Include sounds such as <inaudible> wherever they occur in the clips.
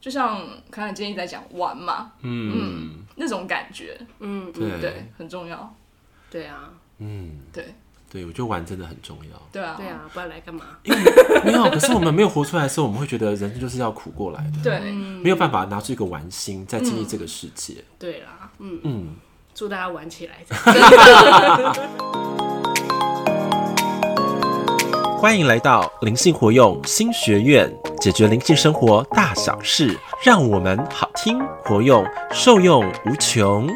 就像刚才今天一直在讲玩嘛，嗯，那种感觉，嗯对对，很重要，对啊，嗯，对对，我觉得玩真的很重要。 <laughs> 对啊对啊，不然来干嘛？没有，可是我们没有活出来的时候，我们会觉得人生就是要苦过来的，对嗯没有办法拿出一个玩心在经历这个世界。对啦，嗯，嗯，祝大家玩起来。嗯欢迎来到灵性活用新学院，解决灵性生活大小事，让我们好听活用，受用无穷。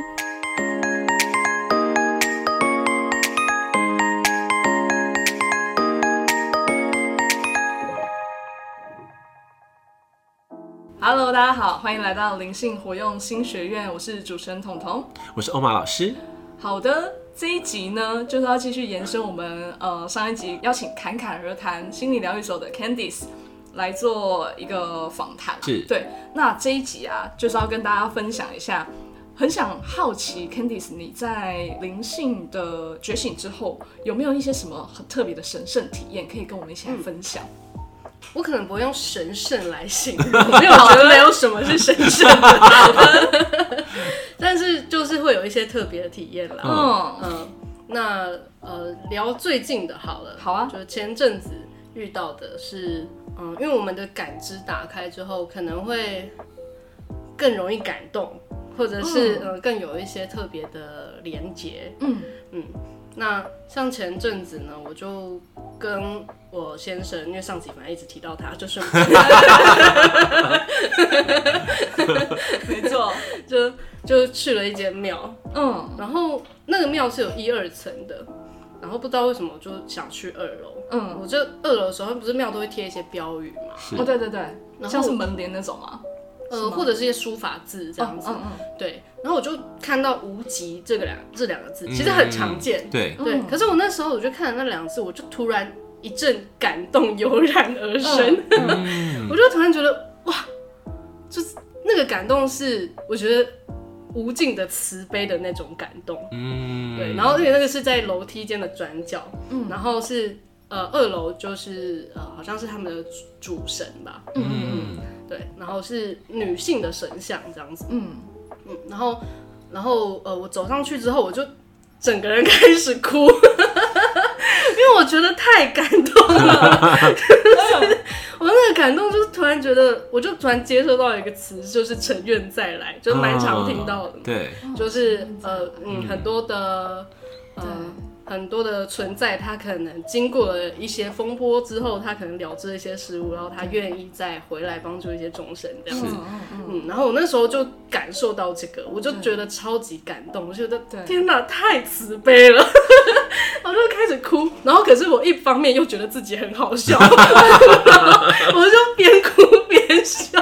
Hello，大家好，欢迎来到灵性活用新学院，我是主持人彤彤。我是欧玛老师，好的，这一集呢，就是要继续延伸我们呃上一集邀请侃侃而谈心理疗愈所的 Candice 来做一个访谈。是对，那这一集啊，就是要跟大家分享一下，很想好奇 Candice 你在灵性的觉醒之后，有没有一些什么很特别的神圣体验可以跟我们一起来分享？我可能不会用神圣来形 <laughs> 容，因为我觉得没有什么是神圣的， <laughs> 但是就是会有一些特别的体验啦。嗯，嗯，那呃，聊最近的好了，好啊就前阵子遇到的是，嗯，因为我们的感知打开之后，可能会更容易感动，或者是、呃更有一些特别的连结。嗯那像前阵子呢，我就跟我先生，因为上集反正一直提到他，就是我 <laughs> 们没错，就就去了一间庙，嗯然后那个庙是有一二层的，然后不知道为什么我就想去二楼。嗯，我就二楼的时候，不是庙都会贴一些标语嘛，是哦对对对，然像是后门帘那种嘛，呃或者是一些书法字这样子，嗯嗯对。然后我就看到“无极”这个两这两个字，其实很常见，嗯对，对。可是我那时候我就看了那两个字，我就突然一阵感动油然而生，嗯，我就突然觉得哇，就是那个感动是我觉得无尽的慈悲的那种感动，嗯对，然后而且那个是在楼梯间的转角，嗯，然后是呃二楼就是呃好像是他们的主神吧，嗯，对，然后是女性的神像这样子，嗯嗯，然后然后呃我走上去之后我就整个人 <laughs> 开始哭，因为我觉得太感动了， <laughs> 我那个感动就是突然觉得，我就突然接收到一个词，就是成愿再来，就是蛮常听到的嘛啊，对， <laughs> 就是呃嗯很多的呃对很多的存在，它可能经过了一些风波之后，它可能了知了一些事物，然后它愿意再回来帮助一些众生这样子嗯。嗯嗯。嗯，然后我那时候就感受到这个，我就觉得超级感动，我觉得对天哪，太慈悲了， <laughs> 我就开始哭。然后可是我一方面又觉得自己很好笑， <laughs> 我就边哭边笑。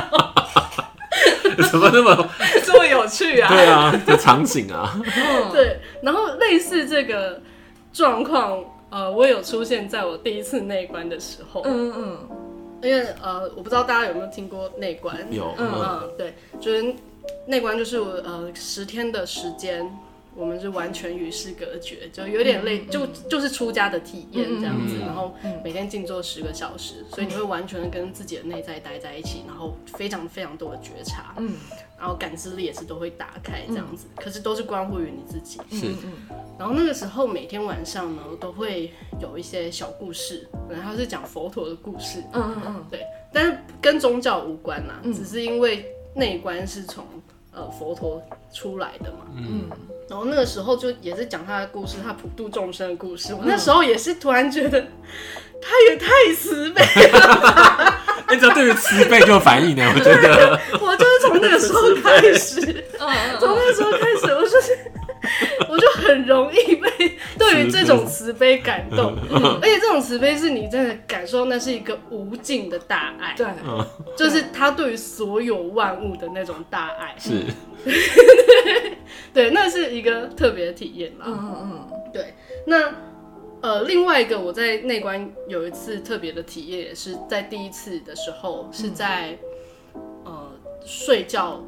怎么那 <laughs> 么这么有趣啊！对啊？这场景啊，对，然后类似这个状况，呃，我有出现在我第一次内观的时候，嗯嗯因为呃，我不知道大家有没有听过内观，有，嗯，嗯嗯对，就是内观就是我呃十天的时间，我们是完全与世隔绝，就有点类、就就是出家的体验这样子，嗯嗯嗯嗯嗯然后每天静坐十个小时，所以你会完全的跟自己的内在待在一起，然后非常非常多的觉察，嗯然后感知力也是都会打开这样子，嗯可是都是关乎于你自己，是嗯嗯然后那个时候每天晚上呢，都会有一些小故事，然后是讲佛陀的故事，嗯嗯对，但是跟宗教无关啦，嗯只是因为内观是从呃佛陀出来的嘛。嗯然后那个时候就也是讲他的故事，他普度众生的故事。我嗯那时候也是突然觉得，他也太慈悲，哎，这对于慈悲就有反应呢，我觉得，我就是从那个时候开始。嗯从那时候开始，我就是，我就很容易被 <laughs> 对于这种慈悲嗯感动，而且这种慈悲是你真的感受，那是一个无尽的大爱，对，嗯，就是他对于所有万物的那种大爱，是，对，那是一个特别的体验啦。嗯嗯嗯，对，那呃，另外一个我在内观有一次特别的体验，也是在第一次的时候，是嗯在呃睡觉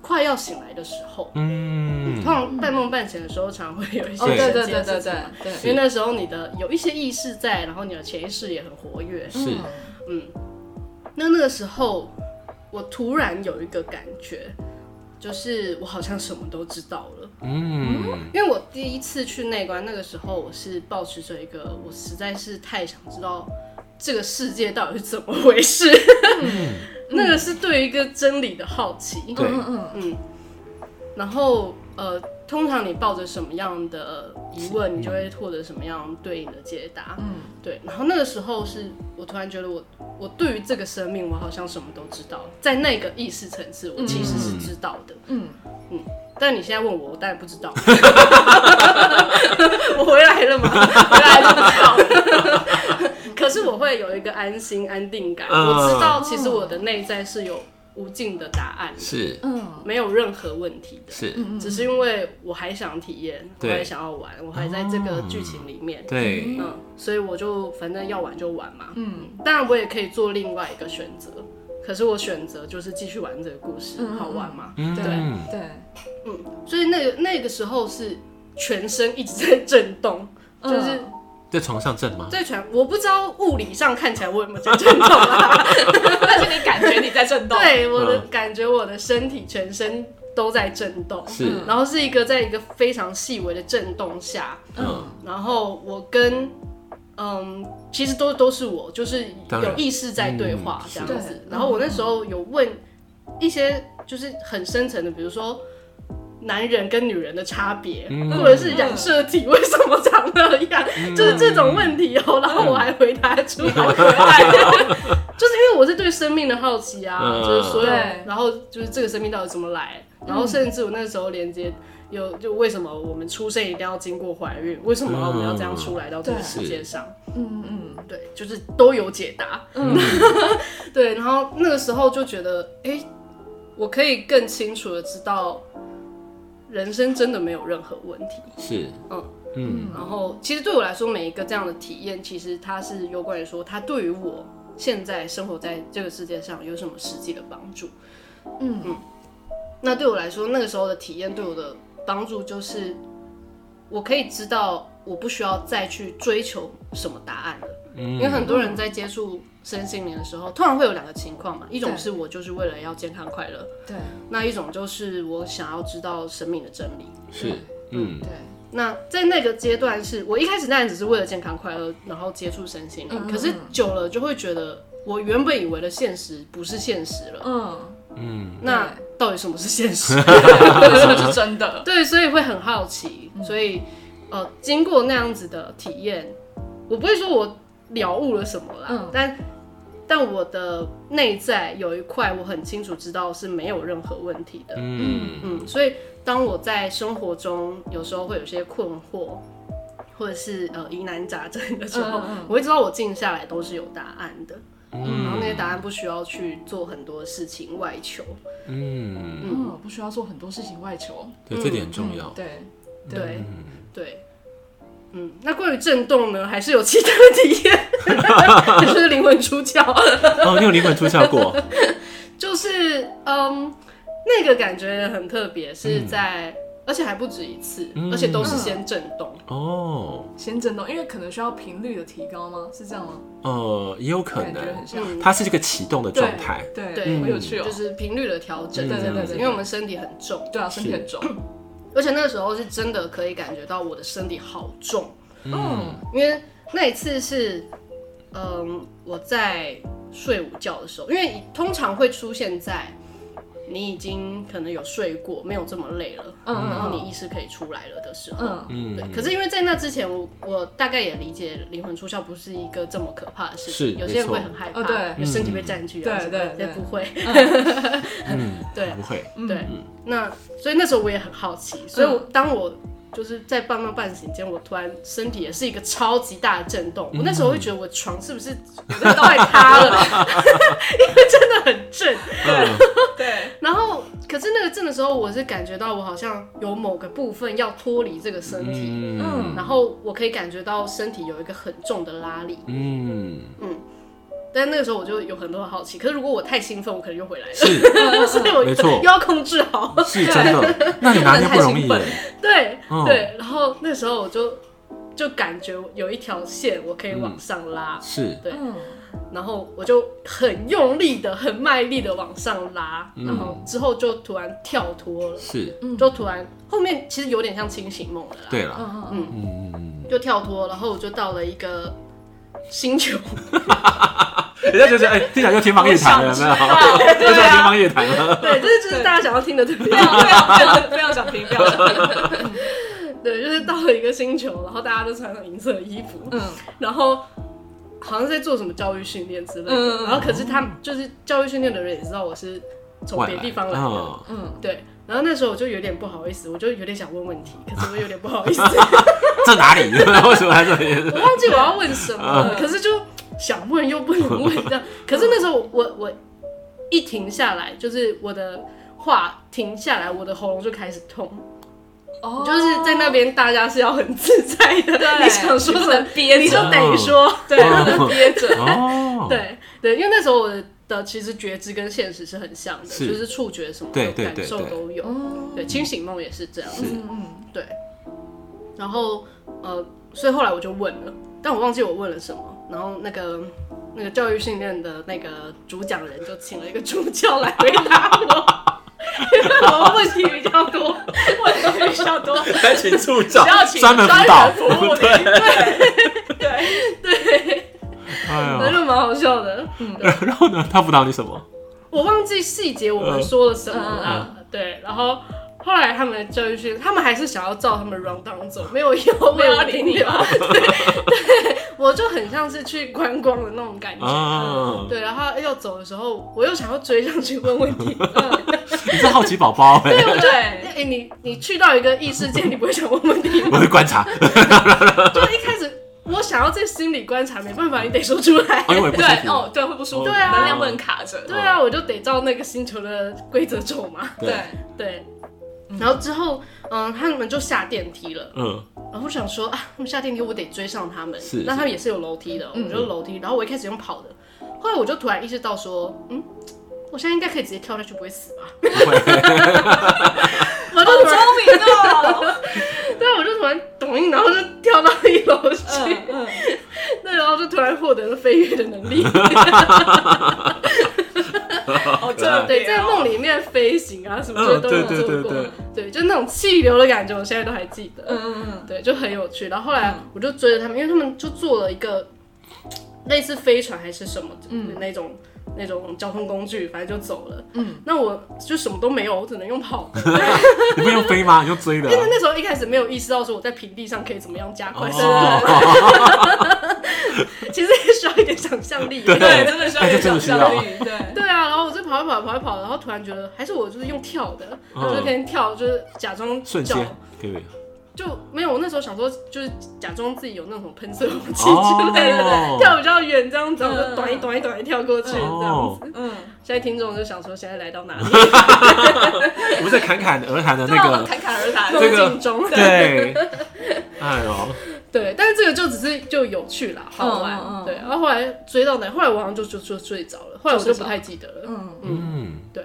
快要醒来的时候。嗯通，常半梦半醒的时候，常会有一些哦，对神对奇对的对事情对对，因为那时候你的有一些意识在，然后你的潜意识也很活跃。是，那那个时候我突然有一个感觉，就是我好像什么都知道了。嗯，因为我第一次去内观，那个时候我是保持着一个，我实在是太想知道这个世界到底是怎么回事， <laughs> 那个是对于一个真理的好奇。对嗯嗯，然后呃，通常你抱着什么样的疑问，你就会获得什么样对应的解答。嗯，对。然后那个时候是我突然觉得我我对于这个生命，我好像什么都知道，在那个意识层次，我其实是知道的。嗯但你现在问我，我当然不知道。 <laughs> 我回来了嘛，回来就知道。可是我会有一个安心、安定感，嗯我知道其实我的内在是有无尽的答案的，是嗯没有任何问题的。是，只是因为我还想体验，我对哦还想要玩，我还在这个剧情里面，对，嗯，所以我就反正要玩就玩嘛。嗯，当然我也可以做另外一个选择，可是我选择就是继续玩这个故事，好玩嘛。嗯对对，嗯所以那个那个时候是全身一直在震动，嗯就是在床上震吗？在全，我不知道物理上看起来我有没有在震动啊？但是你感觉你在震动，对，我的感觉，我的身体全身都在震动，是，嗯然后是一个在一个非常细微的震动下，嗯，然后我跟嗯，其实都都是我，就是当然有意识在对话嗯这样是子。然后我那时候有问一些就是很深层的，比如说。男人跟女人的差别，嗯或者是染色体为什么长那样，就是这种问题哦、然后我还回答出 <laughs> 来，就是因为我是对生命的好奇啊，嗯就是所有对，然后就是这个生命到底怎么来，然后甚至我那时候连接有就为什么我们出生一定要经过怀孕，为什么我们要这样出来到这个世界上，嗯嗯对，就是都有解答，嗯， <laughs> 对，然后那个时候就觉得，哎、我可以更清楚的知道，人生真的没有任何问题，是，嗯嗯，然后其实对我来说，每一个这样的体验，其实它是有关于说，它对于我现在生活在这个世界上有什么实际的帮助。嗯那对我来说，那个时候的体验对我的帮助就是，我可以知道我不需要再去追求什么答案了。因为很多人在接触身心灵的时候，通常会有两个情况嘛，一种对是我就是为了要健康快乐，对那一种就是我想要知道生命的真理。是，嗯，对，那在那个阶段是，我一开始当然只是为了健康快乐，然后接触身心灵。嗯嗯可是久了就会觉得，我原本以为的现实不是现实了。嗯，嗯，那到底什么是现实？啊这是不是真的， <laughs> 对，所以会很好奇。嗯所以，呃，经过那样子的体验，我不会说我了悟了什么啦，嗯但但我的内在有一块，我很清楚知道是没有任何问题的。嗯，嗯，所以当我在生活中有时候会有些困惑，或者是呃疑难杂症的时候，嗯嗯嗯我会知道我静下来都是有答案的，然后那些嗯，答案不需要去做很多事情外求。嗯，嗯，不需要做很多事情外求，对，这点很重要。对，对、嗯对，嗯，那关于震动呢，还是有其他的体验， <laughs> 就是灵魂出窍，哦，你有灵魂出窍过？就是嗯，那个感觉很特别，是在、而且还不止一次，嗯而且都是先震动。哦，先震动，因为可能需要频率的提高吗？是这样吗？呃，也有可感觉能很，像，嗯它是这个启动的状态。对，对好有趣哦就，是频率的调整，对对对对因为我们身体很重，对啊，身体很重，而且那个时候是真的可以感觉到我的身体好重，嗯因为那一次是，嗯，我在睡午觉的时候，因为通常会出现在你已经可能有睡过，没有这么累了，嗯然后嗯你意识可以出来了的时候，嗯嗯对，可是因为在那之前，我我大概也理解灵魂出窍不是一个这么可怕的事是情，有些人没错会很害怕，哦对有身体被占据啊嗯什么的，对对也不会，嗯，对啊不会，对，嗯那所以那时候我也很好奇，所以我当我就是在半梦半醒间，我突然身体也是一个超级大的震动，我那时嗯候会觉得我床是不是 <laughs> 有在快塌了，因为真的很震。嗯，对，然后可是那个震的时候，我是感觉到我好像有某个部分要脱离这个身体，嗯然后我可以感觉到身体有一个很重的拉力。嗯，但那个时候我就有很多的好奇，可是如果我太兴奋，我可能又回来了， <laughs> 是所以我没错又要控制好。 <laughs> 是真的，那你拿捏不容易不能耶太。对、嗯对，然后那时候我就就感觉有一条线我可以往上拉，是，对嗯然后我就很用力的、很卖力的往上拉，然后之后就突然跳脱了，嗯是，就突然后面其实有点像清醒梦了啦，对了，嗯嗯，嗯，嗯嗯，就跳脱，然后我就到了一个星球，嗯人家就觉得哎，听起来又天方夜谭了，有没有？ <laughs> 啊又是天方夜谭了，对，这是就是大家想要听的，对 <laughs> 不不对？要不要不要不要想听，不要想听，对，就是到了一个星球，然后大家都穿上银色的衣服，嗯然后好像在做什么教育训练之类的。嗯嗯嗯然后可是他们就是教育训练的人也知道我是从外别的地方来的，哦嗯，对。然后那时候我就有点不好意思，我就有点想 <laughs> 问问题，可是我有点不好意思，这哪里？ <laughs> 为什么还这里？我忘记我要问什么了，嗯可是就想问又不能问这样。可是那时候我我我一停下来，就是我的话停下来，我的喉咙就开始痛，哦就是在那边大家是要很自在的，对你想说你不什么能憋着你就得说，对，不能憋着，哦，对对，因为那时候我的其实觉知跟现实是很像的，是就是触觉什么对的对感对受对都有，嗯对，清醒梦也是这样是子，嗯嗯，对。然后呃，所以后来我就问了，但我忘记我问了什么，然后那个。那个教育训练的那个主讲人就请了一个助教来回答我，因为我问题比较多，问题比较多，还请助教只要请专门辅导专人服务你，对哎反呦， <laughs> 正蛮好笑的。然后呢？他辅导你什么？我忘记细节我们说了什么嗯了。对，然后后来他们教育训，他们还是想要照他们 round down 走，没有要没有要理你留吗对，对我就很像是去观光的那种感觉。啊，对，然后要走的时候，我又想要追上去问 <laughs> 问题。你是好奇宝宝哎， <laughs> 对哎、对，你你去到一个异世界，你不会想问问题吗？ <laughs> 我会观察，就一开始我想要在心理观察，没办法，你得说出来。因为不舒对服 <laughs> 哦，，对会不舒服，对啊能量不能卡着，对啊，我就得照那个星球的规则走嘛。对，对，然后之后，嗯，他们就下电梯了。嗯，然后我想说啊，他们下电梯，我得追上他们。是那他们也是有楼梯的，我嗯就楼梯。然后我一开始用跑的，后来我就突然意识到说，嗯，我现在应该可以直接跳下去，不会死吧？ <laughs> 不会，我好就突然，聪明哦，对，我就突然咚一，然后就跳到一楼去，嗯嗯， <laughs> 对，然后就突然获得了飞跃的 <laughs> 能力。好 <laughs> 特对，别在哦，梦里面飞行啊什么的嗯都对有做过，对对对对就那种气流的感觉，我现在都还记得。嗯嗯嗯，对，就很有趣。然后后嗯来我就追着他们，因为他们就做了一个类似飞船还是什么的、嗯那种那种交通工具，反正就走了。嗯，那我就什么都没有，我只能用 <laughs> 跑的。你不用飞吗？你就追的啊因为那时候一开始没有意识到说我在平地上可以怎么样加快速度，哦， <laughs> 其实也需要一点想象力。 <laughs> 对对，真的需要哎这有真想的需要象力，对，对啊，然后我就跑一跑，跑一跑，然后突然觉得还是我就是用跳的，嗯就是可以跳，就是假装瞬脚间，对不对？就没有，我那时候想说，就是假装自己有那种喷射武器哦之类的，跳比较远这样子，嗯我就短一短一短一跳过去这哦样子。嗯，现在听众就想说，现在来到 <laughs> 哪里？我们在侃侃而谈的对那啊个，侃侃而谈，这个梦境中，对，哎呦， <laughs> 对，但是这个就只是就有趣啦，好玩。嗯嗯嗯对，然后后来追到哪？后来我好像就就就睡着了，后来我就不太记得了。嗯，嗯，对，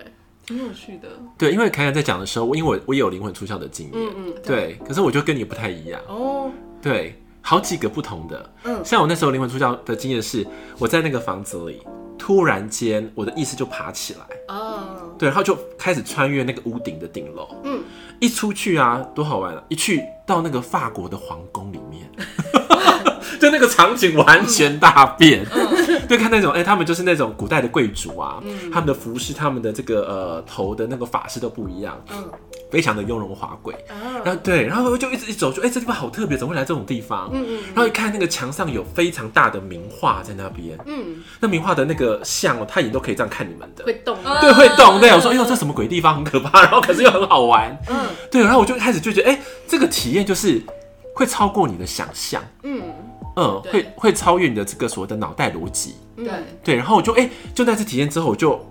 挺有趣的，对，因为侃侃在讲的时候，我因为我我也有灵魂出窍的经嗯验，嗯，对，可是我就跟你不太一样，哦，对，好几个不同的。嗯像我那时候灵魂出窍的经验是，我在那个房子里，突然间我的意识就爬起来，啊，对，然后就开始穿越那个屋顶的顶楼，嗯，一出去啊，多好玩啊！一去到那个法国的皇宫里面。 <laughs> 就那个场景完全大变，嗯 <laughs> 对，看那种，哎、他们就是那种古代的贵族啊，他们的服饰、他们的这个呃头的那个发饰都不一样，嗯非常的雍容华贵。啊，然后对，然后我就一直一走，就哎、这地方好特别，怎么会来这种地方？嗯嗯然后一看那个墙上有非常大的名画在那边，嗯，那名画的那个像哦，它也都可以这样看你们的，会动的，嗯对，会动。对，我说哎呦，这什么鬼地方，很可怕，然后可是又很好玩。嗯对，然后我就开始就觉得，哎、这个体验就是会超过你的想象，嗯，嗯，对会会超越你的这个所谓的脑袋逻辑。嗯对，对，然后我就哎、就那次体验之后，我就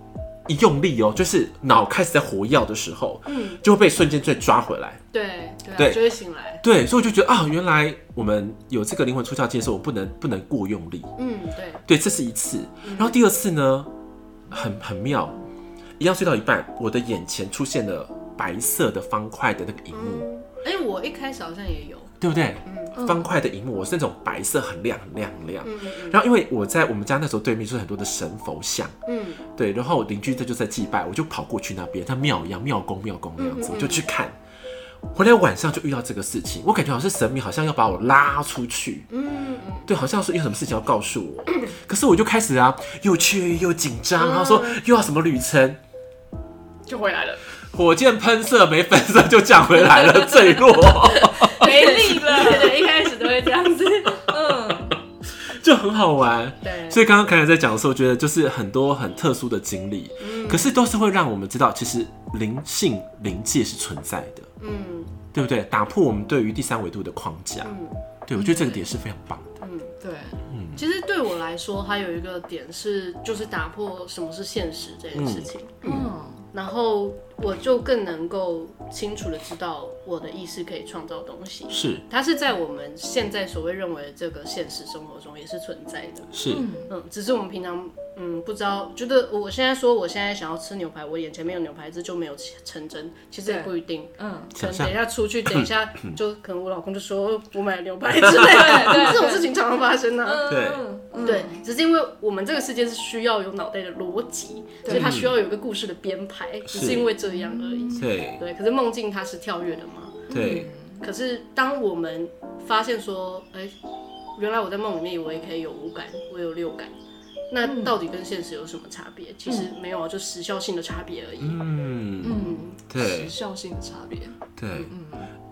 一用力哦，就是脑开始在活跃的时候，嗯，就会被瞬间再抓回来。对对对啊，就会醒来，对，所以我就觉得啊，原来我们有这个灵魂出窍的时候，我不能不能过用力。嗯，对，对，这是一次。嗯然后第二次呢，很很妙，一样睡到一半，我的眼前出现了白色的方块的那个荧幕，嗯，哎、我一开始好像也有，对不对？嗯，方块的荧幕，我是那种白色很亮很亮很亮。然后因为我在我们家那时候对面就是很多的神佛像，嗯，对，然后邻居这就在祭拜，我就跑过去那边，像庙一样，庙公庙公那样嗯子，我就去看。回来晚上就遇到这个事情，我感觉好像是神明好像要把我拉出去，嗯，对，好像是有什么事情要告诉我，可是我就开始啊，又雀跃又紧张，然后说嗯又要什么旅程，就回来了。火箭喷射没喷射就降回来了，坠落没力了。对对，一开始都会这样子。嗯，就很好玩。对，所以刚刚凯凯在讲的时候，觉得就是很多很特殊的经历，嗯可是都是会让我们知道，其实灵性灵界是存在的，嗯对不对？打破我们对于第三维度的框架，嗯对我觉得这个点是非常棒的。嗯。对，其实对我来说，还有一个点是，就是打破什么是现实这件事情，嗯然后我就更能够清楚的知道我的意识可以创造东西。是它是在我们现在所谓认为的这个现实生活中也是存在的，是，嗯，只是我们平常嗯不知道，觉得我现在说我现在想要吃牛排，我眼前没有牛排，这就没有成真，其实也对不一定，嗯，想可能象等一下出去，等一下 <coughs> 就可能我老公就说我买了牛排之类的，这种事情常常发生啊。对嗯对，只是因为我们这个世界是需要有脑袋的逻辑，所以它需要有一个故事的编排，只是因为这样而已。对对，可是梦境它是跳跃的嘛。对，可是当我们发现说，哎、原来我在梦里面我也可以有五感，我有六感，那到底跟现实有什么差别？其实没有啊，就时效性的差别而已。嗯，嗯，对时。效性的差别。对，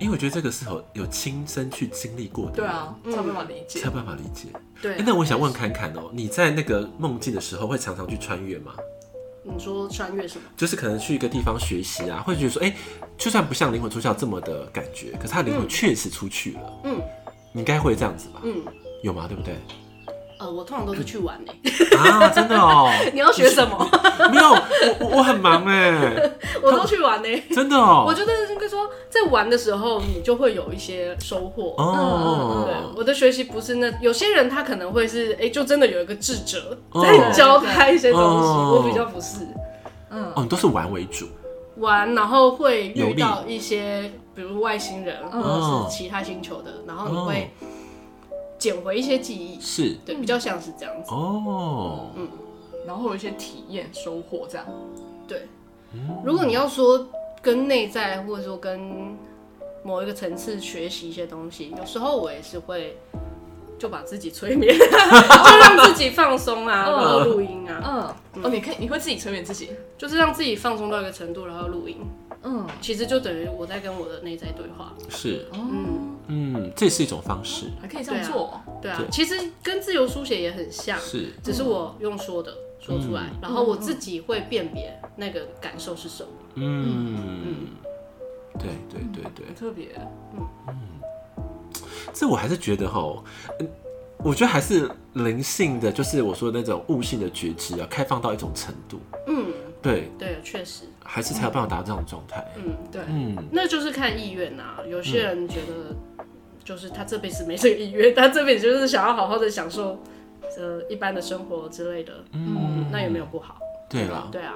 因为我觉得这个是有有亲身去经历过的，对，啊，才有办法理解才。有办法理解。对啊、哎那我想问侃侃哦，你在那个梦境的时候会常常去穿越吗？你说穿越什么？就是可能去一个地方学习啊，会觉得说，哎、就算不像灵魂出窍这么的感觉，可是他灵魂确实出去了。嗯，你应该会这样子吧？嗯，有吗？对不对？呃，我通常都是去玩 <laughs> 诶、啊，真的 <laughs> 哦、你要学什么？ <laughs> 没有，我我我很忙哎， <laughs> 我都去玩诶、欸真的哦、我觉得应该说，在玩的时候，你就会有一些收获。嗯对哦，，我的学习不是那有些人他可能会是哎、诶就真的有一个智者哦在教他一些东西，哦我比较不是嗯哦，你都是玩为主，玩，然后会遇到一些比如外星人或者是其他星球的，然后你会哦捡回一些记忆，是对，比较像是这样子，哦，然后会有一些体验、收获这样。对。如果你要说跟内在或者说跟某一个层次学习一些东西，有时候我也是会。就把自己催眠， <laughs> 就让自己放松啊，然后录音啊，嗯，哦，你可以，你会自己催眠自己。就是让自己放松到一个程度，然后录音，嗯，其实就等于我在跟我的内在对话。是，嗯，嗯，这是一种方式，还可以这样做哦。对啊对，其实跟自由书写也很像，是只是我用说的说出来，然后我自己会辨别那个感受是什么。嗯，对对对对很，特别。这我还是觉得哈，嗯我觉得还是灵性的，就是我说的那种悟性的觉知啊，开放到一种程度，嗯，对，对，确实，还是才有办法达到这种状态。嗯，对，嗯，那就是看意愿啊。有些人觉得，就是他这辈子没这个意愿，他这辈子就是想要好好的享受。呃，一般的生活之类的，嗯，那也没有不好，对啦，对啊，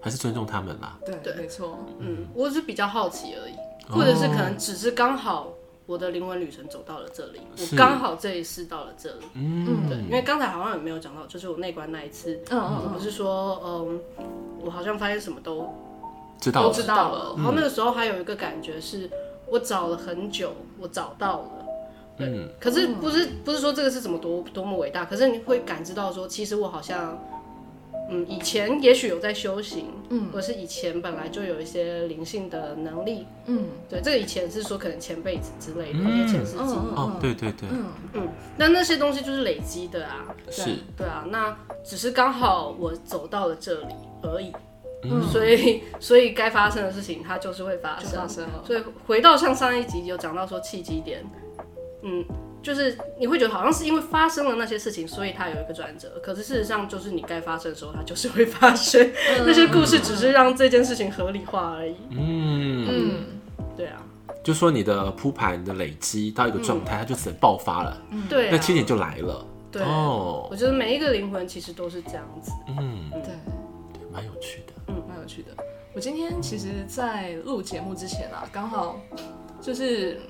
还是尊重他们啦。对，对没错。嗯，我是比较好奇而已，或者是哦可能只是刚好我的灵魂旅程走到了这里，是我刚好这一世到了这里。嗯，对，因为刚才好像也没有讲到，就是我内观那一次，嗯嗯我是说，嗯，我好像发现什么都知道都了嗯知道了。然后那个时候还有一个感觉是，我找了很久，我找到了。对，嗯可是不是不是说这个是怎么多多么伟大，可是你会感知到说，其实我好像，嗯，以前也许有在修行，嗯，或是以前本来就有一些灵性的能力，嗯对，这个以前是说可能前辈子之类的，一些前世嗯记忆，嗯哦，对对对，嗯，嗯，那那些东西就是累积的啊，是对啊，那只是刚好我走到了这里而已，嗯所以所以该发生的事情它就是会发就生发。生了。所以回到像上一集有讲到说契机点，嗯，就是你会觉得好像是因为发生了那些事情，所以它有一个转折，可是事实上就是你该发生的时候它就是会发生，嗯 <laughs> 那些故事只是让这件事情合理化而已。嗯，嗯，对啊，就说你的铺排、你的累积到一个状态，它就只能爆发了，嗯对啊，那七点就来了。对啊哦，我觉得每一个灵魂其实都是这样子。嗯，对，对蛮有趣的。嗯嗯蛮有趣的。我今天其实，在录节目之前啊，刚好就是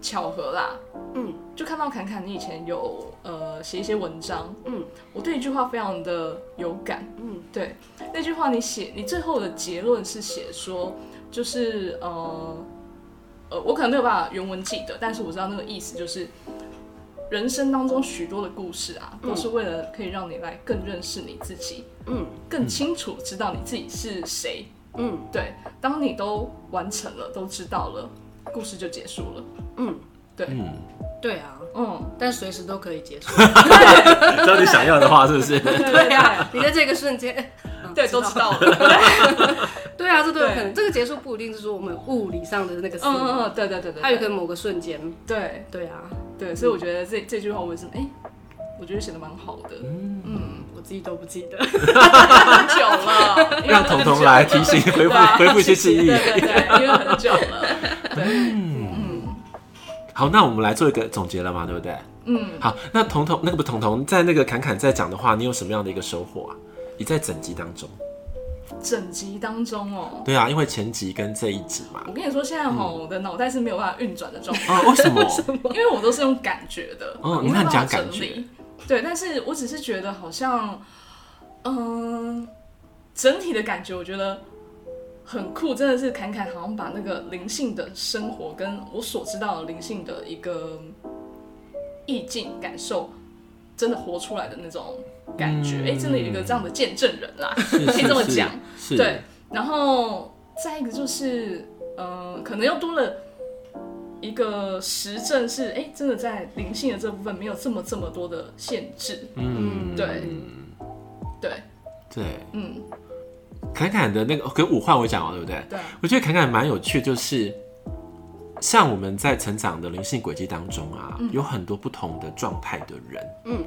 巧合啦，嗯，就看到侃侃你以前有呃写一些文章，嗯我对一句话非常的有感，嗯，对，那句话你写，你最后的结论是写说，就是呃呃，我可能没有办法原文记得，但是我知道那个意思就是，人生当中许多的故事啊，都是为了可以让你来更认识你自己，嗯更清楚知道你自己是谁。嗯对，当你都完成了，都知道了，故事就结束了。嗯，嗯，对啊， <laughs> 嗯，但随时都可以结束。 <laughs> 只要你想要的话，是不是？对啊，你在这个瞬间，嗯对，都知。道 <laughs> 了。对啊，这都有可能。对这个结束不一定是说我们物理上的那个死嗯嗯亡，嗯，对对对对，它有可能某个瞬间。对对啊，对，所以我觉得这这句话我也是，哎、我觉得写的蛮好的。嗯嗯我自己都不记得。很久 <laughs> 了，因为让彤彤来提醒，回对啊复回复一些记忆对。对对，因为很久了，对， <laughs> 好，那我们来做一个总结了嘛，对不对？嗯，好，那彤彤那个不彤彤在那个侃侃在讲的话，你有什么样的一个收获啊？你在整集当中，整集当中哦，对啊，因为前集跟这一集嘛 <laughs> 我，跟你说，现在哈，我的脑袋是没有办法运转的状态，啊，为什么？ <laughs> 因为我都是用感觉的，哦我你没有办很法讲感整理觉，对，但是我只是觉得好像，嗯、整体的感觉，我觉得。很酷，真的是侃侃好像把那个灵性的生活跟我所知道的灵性的一个意境感受，真的活出来的那种感觉。嗯哎、真的有一个这样的见证人啦，是可以这么是讲。是对，，然后再一个就是，呃，可能又多了一个实证是，哎、真的在灵性的这部分没有这么这么多的限制。嗯，对对，对。嗯，侃侃的那个给五话我讲完，哦对不对？对啊，我觉得侃侃蛮有趣，就是像我们在成长的灵性轨迹当中啊，有很多不同的状态的人，嗯，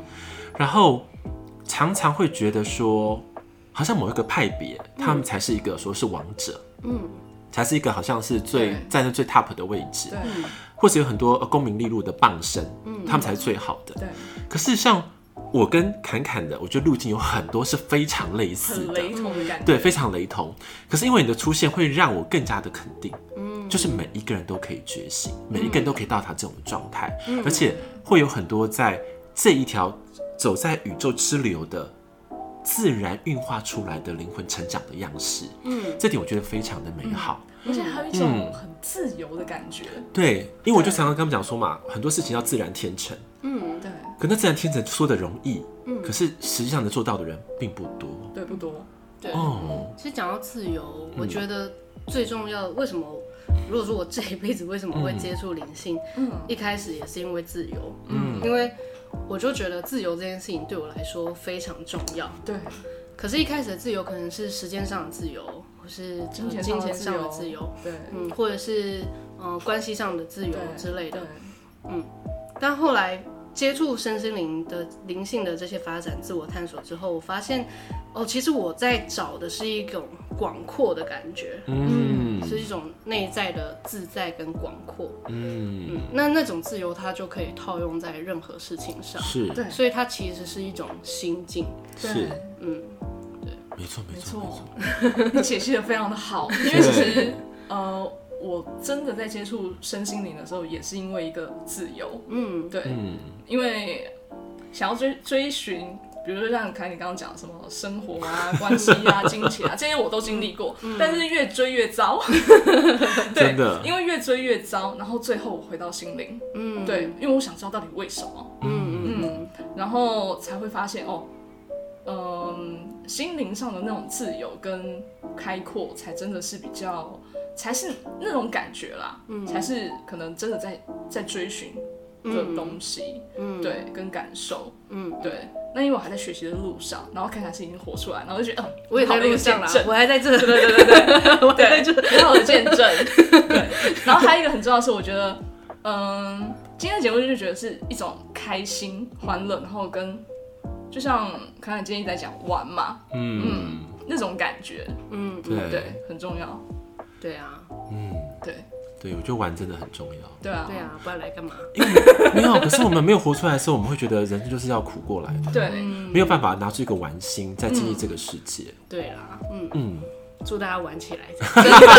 然后常常会觉得说，好像某一个派别，他们才是一个说是王者，嗯才是一个好像是最对站在最 top 的位置对，或者有很多呃功名利禄的傍身，他们才是最好的。对，可是像我跟侃侃的，我觉得路径有很多是非常类似很的，雷同的感觉。对，非常雷同。可是因为你的出现，会让我更加的肯定，就是每一个人都可以觉醒，每一个人都可以到达这种状态，而且会有很多在这一条走在宇宙之流的自然运化出来的灵魂成长的样式，嗯这点我觉得非常的美好。而且还有一种很自由的感觉。对，因为我就常常跟他们讲说嘛，很多事情要自然天成，嗯，对，可那自然天成说的容易，可是实际上能做到的人并不多。对不多。对。哦，其实讲到自由，我觉得最重要的，为什么？如果说我这一辈子为什么会接触灵性，嗯一开始也是因为自由，嗯因为我就觉得自由这件事情对我来说非常重要。对，可是，一开始的自由可能是时间上的自由，或是呃金钱金上钱的上的自自由，对，嗯，或者是呃关系上的自由对之类的。对但后来接触身心灵的灵性的这些发展、自我探索之后，我发现，哦，其实我在找的是一种广阔的感觉，嗯是一种内在的自在跟广阔。嗯，嗯，那那种自由，它就可以套用在任何事情上，是对所以它其实是一种心境。是，嗯，没错没没错没错错。， <laughs> 你解析的非常的好，因为其实呃，我真的在接触身心灵的时候，也是因为一个自由，嗯对，嗯，因为想要追追寻。比如说像凯你刚刚讲的什么生活啊、关系啊、金钱啊，这些我都经历过，但是越追越糟，对 <laughs> 真的因为越追越糟，然后最后我回到心灵，嗯，对，因为我想知道到底为什么，嗯，嗯嗯，然后才会发现哦，嗯，心灵上的那种自由跟开阔，才真的是比较，才是那种感觉啦，嗯，才是可能真的在在追寻的东西，嗯，对，跟感受，嗯，对。那因为我还在学习的路上，然后看看是已经活出来，然后就觉得，嗯，我也在路上啦好的一个见证，我还在这，对对对对 <laughs> 我还对，在这。就很好的见证。 <laughs> 对，然后还有一个很重要的是，我觉得，嗯，今天的节目就觉得是一种开心、欢乐，然后跟就像刚才今天一直在讲玩嘛，嗯，那种感觉，嗯，嗯对对，很重要。对啊，嗯，对对，我觉得玩真的很重要。对啊对，啊，不然来干嘛？ <laughs> 没有，可是我们没有活出来的时候，我们会觉得人生就是要苦过来的，对嗯没有办法拿出一个玩心在经历这个世界。对啦，嗯，嗯，祝大家玩起来。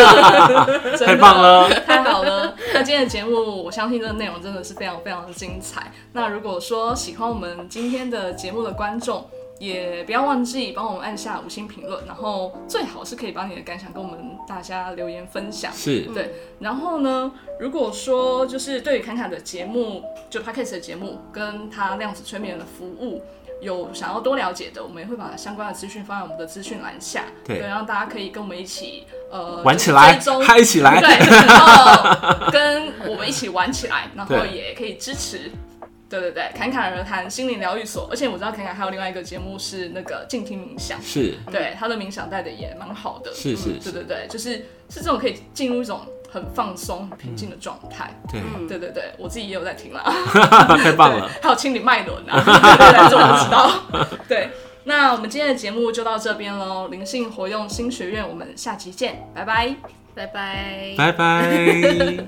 真太的棒了， <laughs> 太好了！那今天的节目，我相信这个内容真的是非常非常的精彩。那如果说喜欢我们今天的节目的观众，也不要忘记帮我们按下五星评论，然后最好是可以把你的感想跟我们大家留言分享。是对，然后呢，如果说就是对于侃侃的节目，就 Podcast 的节目，跟他量子催眠的服务。有想要多了解的，我们也会把相关的资讯放在我们的资讯栏下，对让大家可以跟我们一起呃玩就起是来追踪，嗨起来，对，然 <laughs> 后跟我们一起玩起来，然后对也可以支持。对对对，侃侃而谈心灵疗愈所，而且我知道侃侃还有另外一个节目是那个静听冥想，是对他的冥想带的也蛮好的，嗯是是对是，对对，就是是这种可以进入一种很放松、很平静的状态。对，嗯对对对，我自己也有在听啦， <laughs> 太棒 <laughs> 了，对还有清理脉轮啊， <laughs> 对对对，这我知道。对，那我们今天的节目就到这边喽，灵性活用新学院，我们下期见，拜拜。拜拜。拜拜。